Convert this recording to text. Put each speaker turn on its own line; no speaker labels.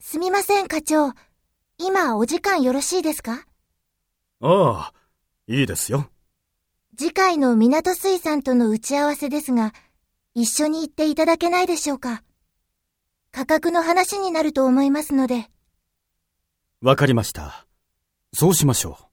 すみません、課長。今、お時間よろしいですか
ああ、いいですよ。
次回の港水産との打ち合わせですが、一緒に行っていただけないでしょうか。価格の話になると思いますので。
わかりました。そうしましょう。